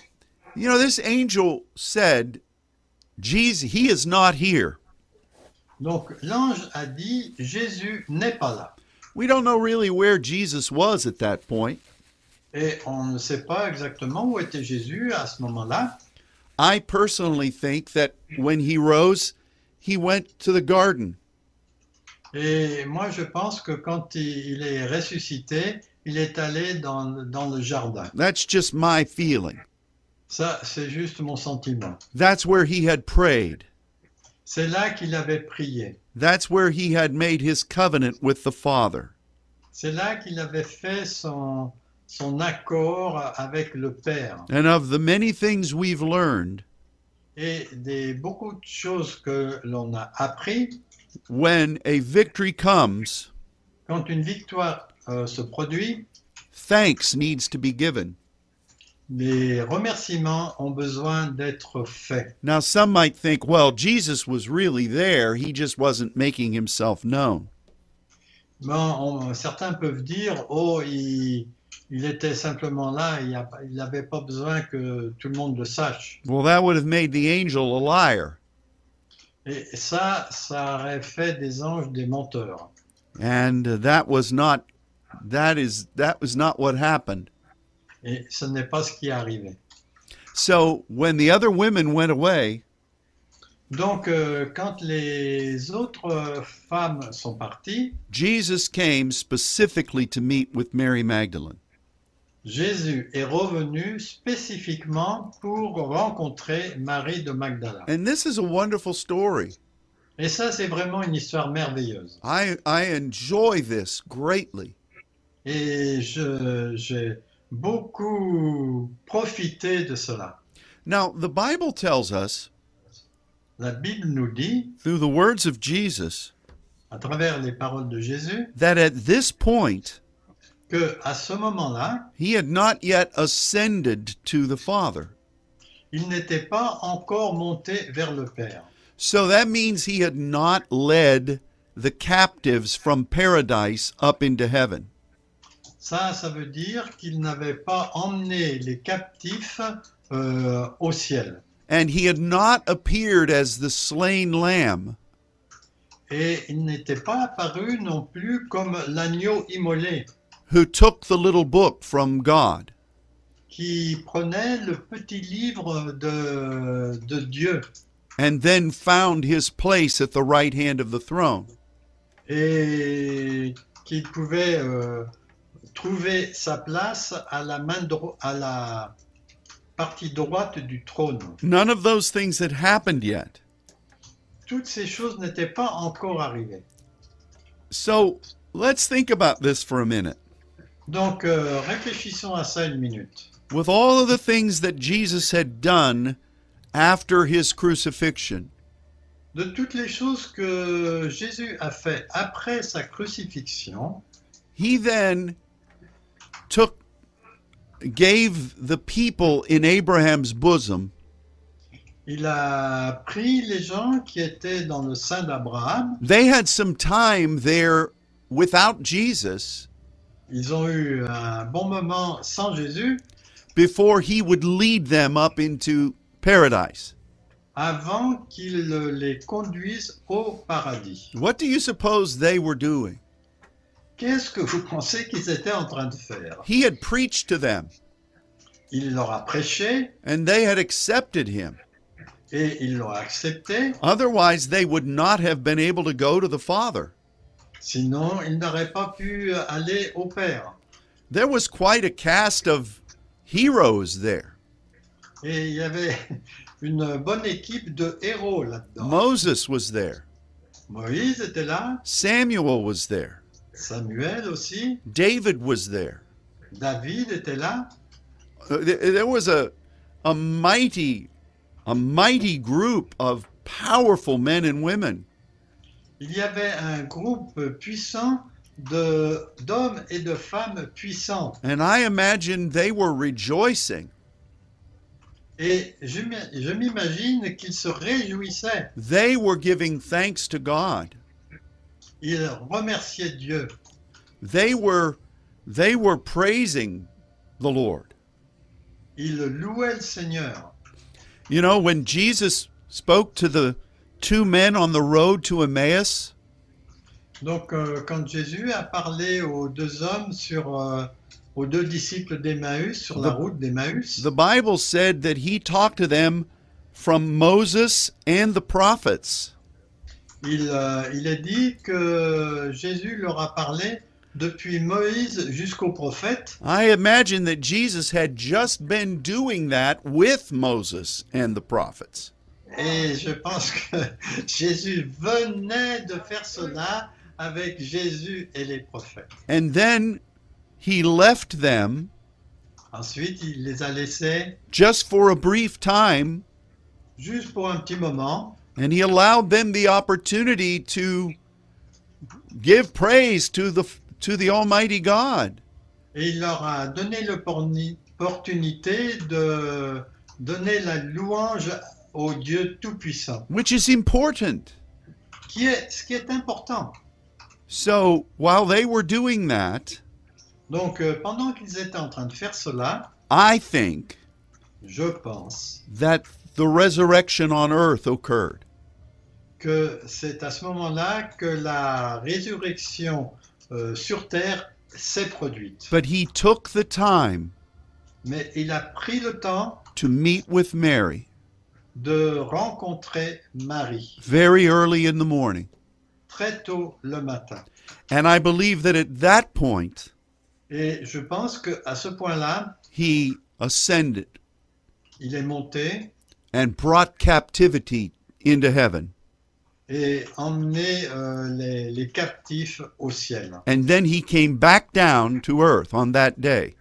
A: you know, this angel said, Jesus, he is not here.
B: Donc l'ange a dit, Jésus n'est pas là.
A: We don't know really where Jesus was at that point.
B: Et on ne sait pas exactement où était Jésus à ce moment-là.
A: I personally think that when he rose, he went to the garden.
B: Et moi, je pense que quand il il est ressuscité, il est allé dans, le- dans le jardin.
A: That's just my feeling.
B: Ça, c'est juste mon sentiment.
A: That's where he had prayed.
B: C'est là qu'il avait prié.
A: That's where he had made his covenant with the Father.
B: C'est là qu'il avait fait son, son accord avec le Père.
A: And of the many things we've learned,
B: Et des, beaucoup de choses que l'on a appris,
A: when a victory comes,
B: quand une victoire euh, se produit,
A: thanks needs to be given.
B: les remerciements ont besoin d'être faits.
A: Now, some might think, well, Jesus was really there. He just wasn't making himself known.
B: Bon, Ben, on- certains peuvent dire, oh, il, il était simplement là, il a pas- il n'avait pas besoin que tout le monde le sache.
A: Well, that would have made the angel a liar.
B: Et ça, ça aurait fait des anges des menteurs.
A: And uh, that was not that is that was not what happened.
B: Et ce n'est pas ce qui est arrivé.
A: So, when the other women went away,
B: Donc, euh, quand les autres euh, femmes sont parties,
A: Jesus came specifically to meet with Mary Magdalene.
B: Jésus est revenu spécifiquement pour rencontrer Marie de Magdala.
A: And this is a wonderful story.
B: Et ça, c'est vraiment une histoire merveilleuse.
A: I I enjoy this greatly.
B: Et je- j'ai beaucoup profité de cela.
A: Now, the Bible tells us
B: La Bible nous dit,
A: through the words of Jesus
B: à travers les paroles de Jésus,
A: that at this point
B: que à ce moment-là,
A: he had not yet ascended to the Father.
B: il n'était pas encore monté vers le Père.
A: So that means he had not led the captives from paradise up into heaven.
B: Ça, ça veut dire qu'il n'avait pas emmené les captifs euh, au ciel.
A: And he had not appeared as the slain lamb,
B: Et il n'était pas apparu non plus comme l'agneau immolé
A: who took the little book from God.
B: qui prenait le petit livre de, de Dieu
A: and then found his place at the right hand of the throne.
B: et qui pouvait euh, trouver sa place à la, main dro- à la partie droite du trône.
A: None of those things had happened yet.
B: Toutes ces choses n'étaient pas encore arrivées.
A: So let's think about this for a minute.
B: Donc euh, réfléchissons à ça une minute.
A: With all of the things that Jesus had done after his crucifixion,
B: De toutes les choses que Jésus a fait après sa crucifixion,
A: he then took gave the people in Abraham's bosom
B: il a pris les gens qui étaient dans le sein d'Abraham
A: they had some time there without Jesus
B: Ils ont eu un bon moment sans Jésus
A: before he would lead them up into paradise.
B: avant qu'il les conduise au paradis.
A: What do you suppose they were doing?
B: Qu'est-ce que vous pensez qu'ils étaient en train de faire
A: He had preached to them,
B: Il leur a prêché
A: and they had accepted him.
B: et ils l'ont accepté,
A: Otherwise, they would not have been able to go to the Father.
B: sinon ils n'auraient pas pu aller au Père.
A: There was quite a cast of heroes there.
B: Et il y avait une bonne équipe de héros là-dedans.
A: Moses was there,
B: Moïse était là,
A: Samuel was there,
B: Samuel aussi,
A: David was there.
B: David était là.
A: Uh, th- There was a, a mighty, a mighty group of powerful men and women.
B: Il y avait un groupe puissant de- d'hommes et de femmes puissants.
A: And I imagine they were rejoicing.
B: Et je m'im- je m'imagine qu'ils se réjouissaient.
A: They were giving thanks to God.
B: Ils remerciaient Dieu.
A: They were they were praising the Lord.
B: Ils louaient le Seigneur.
A: You know, when Jesus spoke to the two men on the road to Emmaus,
B: Donc, euh, quand Jésus a parlé aux deux hommes sur, euh, aux deux disciples d'Emmaüs sur la
A: The-
B: route d'Emmaüs,
A: the Bible said that he talked to them from Moses and the prophets.
B: il, euh, il est dit que Jésus leur a parlé depuis Moïse jusqu'aux prophètes.
A: I imagine that Jesus had just been doing that with Moses and the prophets.
B: Et je pense que Jésus venait de faire cela avec Jésus et les prophètes.
A: And then he left them
B: Ensuite, il les a laissés
A: just for a brief time
B: juste pour un petit moment
A: and he allowed them the opportunity to give praise to the to the almighty God.
B: et il leur a donné l'opportunité de donner la louange au Dieu Tout-Puissant,
A: which is important.
B: qui est ce qui est important.
A: So while they were doing that,
B: Donc, euh, pendant qu'ils étaient en train de faire cela,
A: I think
B: je pense
A: that the resurrection on earth occurred.
B: que c'est à ce moment-là que la résurrection euh, sur terre s'est produite.
A: But he took the time
B: Mais il a pris le temps
A: to meet with Mary
B: de rencontrer Marie
A: very early in the morning.
B: très tôt le matin.
A: And I believe that at that point,
B: Et je pense que à ce point-là,
A: he ascended
B: il est monté
A: and brought captivity into heaven.
B: et emmené euh, les, les captifs au ciel.
A: And then he came back down to earth on that day.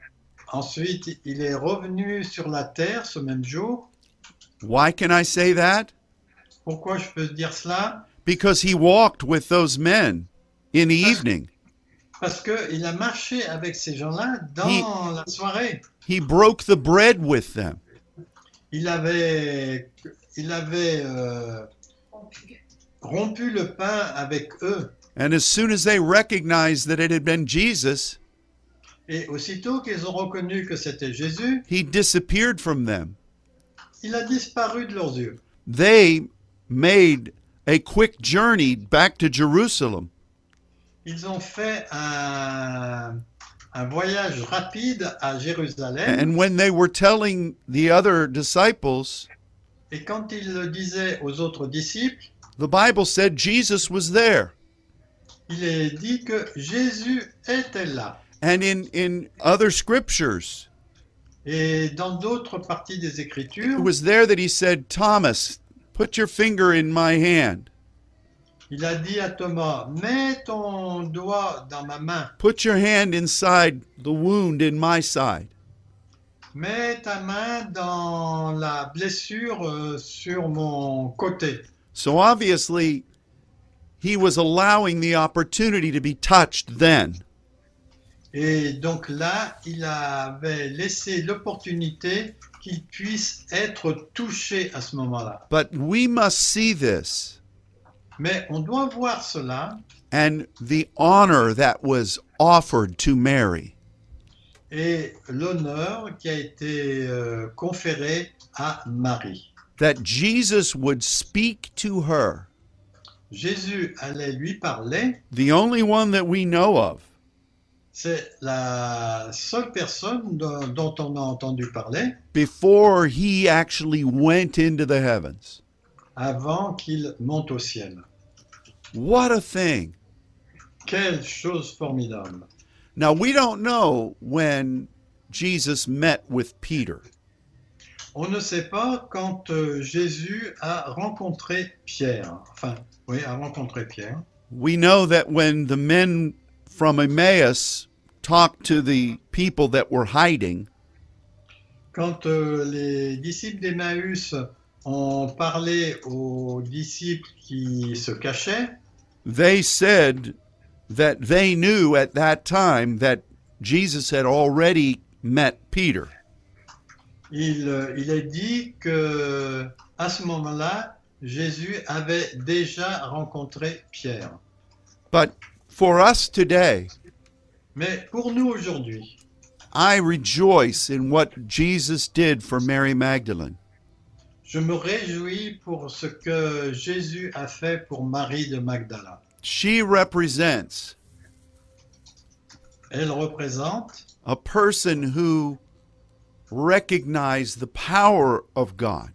B: Ensuite, il est revenu sur la terre ce même jour.
A: Why can I say that?
B: Pourquoi je peux dire cela
A: Because he walked with those men in the evening.
B: Parce qu'il a marché avec ces gens-là dans
A: Il-
B: la soirée.
A: He broke the bread with them.
B: Il avait, il avait euh, rompu le pain avec eux.
A: And as soon as they recognized that it had been Jesus,
B: Et aussitôt qu'ils ont reconnu que c'était Jésus,
A: he disappeared from them.
B: il a disparu de leurs yeux.
A: They made a quick journey back to Jerusalem.
B: Ils ont fait un, un voyage rapide à Jérusalem.
A: And when they were telling the other disciples,
B: Et quand il le disait aux autres disciples,
A: the Bible said Jesus was there.
B: il est dit que Jésus était là.
A: And in, in other scriptures,
B: Et dans d'autres parties des
A: it
B: Écritures,
A: was there that he said, Thomas, put your finger in my hand,
B: il a dit à Thomas, mets ton doigt dans ma main,
A: put your hand inside the wound in my side.
B: mets ta main dans la blessure euh, sur mon côté.
A: So obviously, he was allowing the opportunity to be touched then.
B: Et donc là, il avait laissé l'opportunité qu'il puisse être touché à ce moment-là.
A: But we must see this
B: Mais on doit voir cela
A: and the honor that was offered to Mary.
B: et l'honneur qui a été euh, conféré à Marie.
A: That Jesus would speak to her,
B: Jésus allait lui parler.
A: the only one that we know of,
B: C'est la seule personne dont, dont on a entendu parler
A: before he actually went into the heavens.
B: avant qu'il monte au ciel.
A: What a thing.
B: Quelle chose formidable.
A: Now, we don't know when Jesus met with Peter,
B: On ne sait pas quand euh, Jésus a rencontré Pierre. Enfin, oui, a rencontré Pierre.
A: We know that when the men from Emmaus talked to the people that were hiding,
B: Quand euh, les disciples d'Emmaüs ont parlé aux disciples qui se cachaient,
A: they said that they knew at that time that Jesus had already met Peter.
B: Il, euh, il est dit que à ce moment-là, Jésus avait déjà rencontré Pierre.
A: But for us today,
B: Mais pour nous aujourd'hui,
A: I rejoice in what Jesus did for Mary Magdalene.
B: je me réjouis pour ce que Jésus a fait pour Marie de Magdala.
A: She represents
B: Elle représente
A: a person who recognized the power of God.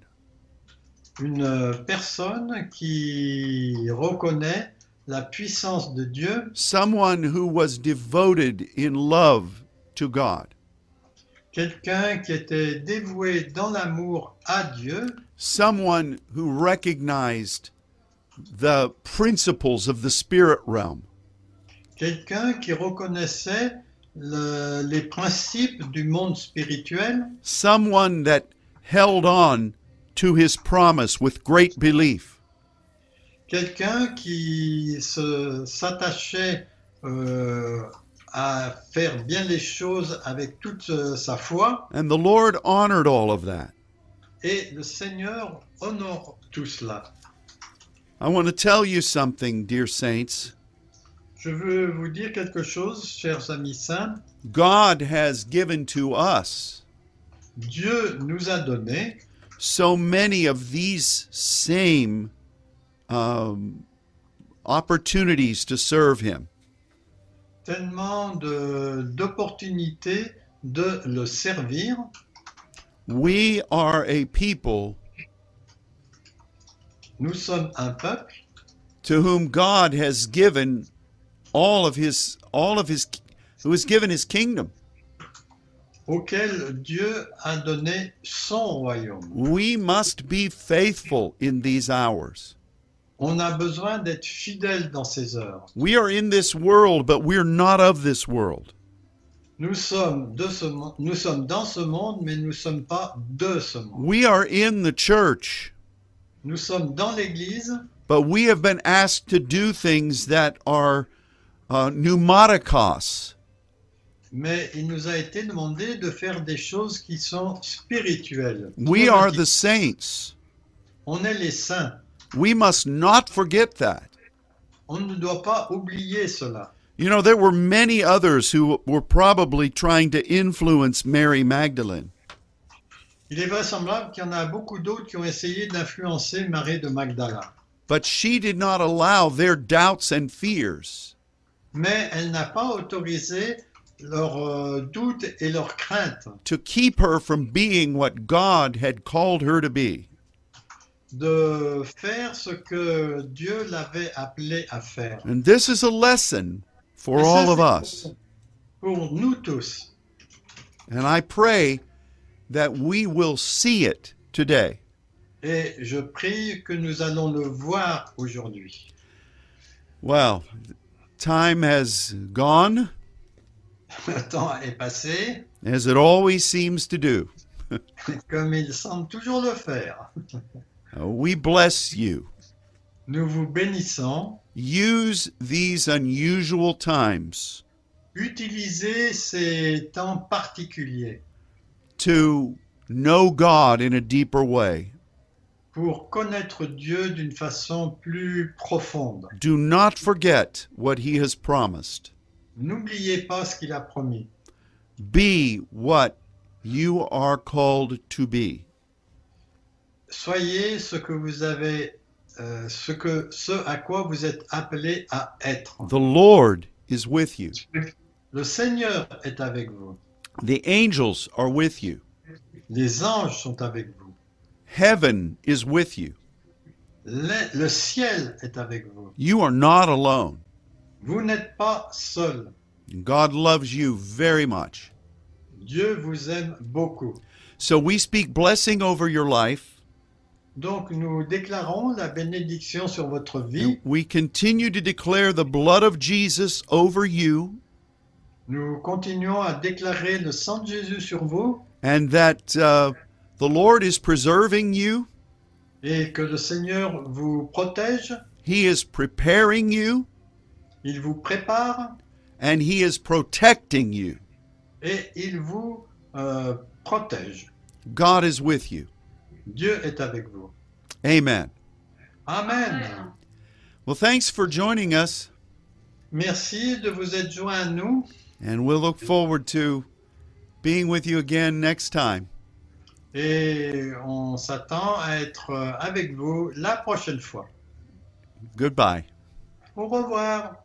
B: une personne qui reconnaît la puissance de Dieu,
A: someone who was devoted in love to God,
B: quelqu'un qui était dévoué dans l'amour à Dieu,
A: someone who recognized the principles of the spirit realm,
B: quelqu'un qui reconnaissait le- les principes du monde spirituel,
A: someone that held on to his promise with great belief.
B: quelqu'un qui se- s'attachait euh, à faire bien les choses avec toute euh, sa foi,
A: And the Lord honored all of that.
B: et le Seigneur honore tout cela.
A: I want to tell you something, dear saints.
B: Je veux vous dire quelque chose, chers amis saints.
A: God has given to us
B: Dieu nous a donné
A: so many of these same um, opportunities to serve Him.
B: tellement de- d'opportunités de le servir.
A: We are a people
B: Nous sommes un peuple
A: to whom God has given all of his all of his who has given his kingdom.
B: auquel Dieu a donné son royaume.
A: We must be faithful in these hours.
B: On a besoin d'être fidèle dans ces heures.
A: We are in this world, but we're not of this world.
B: Nous sommes, de ce, mo- nous sommes dans ce monde, mais nous ne sommes pas de ce monde.
A: We are in the church,
B: Nous sommes dans l'Église,
A: but we have been asked to do things that are uh, pneumaticos,
B: mais il nous a été demandé de faire des choses qui sont spirituelles.
A: We are the saints.
B: On est les saints.
A: We must not forget that.
B: On ne doit pas oublier cela.
A: You know, there were many others who were probably trying to influence Mary Magdalene.
B: Il est vraisemblable qu'il y en a beaucoup d'autres qui ont essayé d'influencer Marie de Magdala.
A: But she did not allow their doubts and fears
B: Mais elle n'a pas autorisé leurs euh, doutes et leurs craintes
A: to keep her from being what God had called her to be.
B: de faire ce que Dieu l'avait appelé à faire.
A: And this is a lesson for
B: Et ça,
A: all of
B: c'est
A: us.
B: Pour nous tous.
A: And I pray that we will see it today.
B: Et je prie que nous allons le voir aujourd'hui.
A: Well, time has gone,
B: Le temps est passé,
A: as it always seems to do.
B: comme il semble toujours le faire.
A: Uh, we bless you.
B: Nous vous bénissons.
A: Use these unusual times
B: Utilisez ces temps particuliers
A: to know God in a deeper way.
B: pour connaître Dieu d'une façon plus profonde.
A: Do not forget what he has promised.
B: N'oubliez pas ce qu'il a promis.
A: Be what you are called to be.
B: Soyez ce que vous avez, euh, ce que, ce à quoi vous êtes appelé à être.
A: The Lord is with you.
B: Le Seigneur est avec vous.
A: The angels are with you.
B: Les anges sont avec vous.
A: Heaven is with you.
B: Le, le ciel est avec vous.
A: You are not alone.
B: Vous n'êtes pas seul.
A: God loves you very much.
B: Dieu vous aime beaucoup.
A: So we speak blessing over your life.
B: Donc nous déclarons la bénédiction sur votre vie.
A: We continue to declare the blood of Jesus over you
B: Nous continuons à déclarer le sang de Jésus sur vous
A: and that uh, the Lord is preserving you.
B: et que le Seigneur vous protège.
A: He is preparing you.
B: Il vous prépare
A: and He is protecting you.
B: et il vous euh, protège.
A: God is with you.
B: Dieu est avec vous.
A: Amen.
B: Amen.
A: Well, thanks for joining us,
B: Merci de vous être joints à nous
A: and we'll look forward to being with you again next time.
B: et on s'attend à être euh, avec vous la prochaine fois.
A: Goodbye.
B: Au revoir.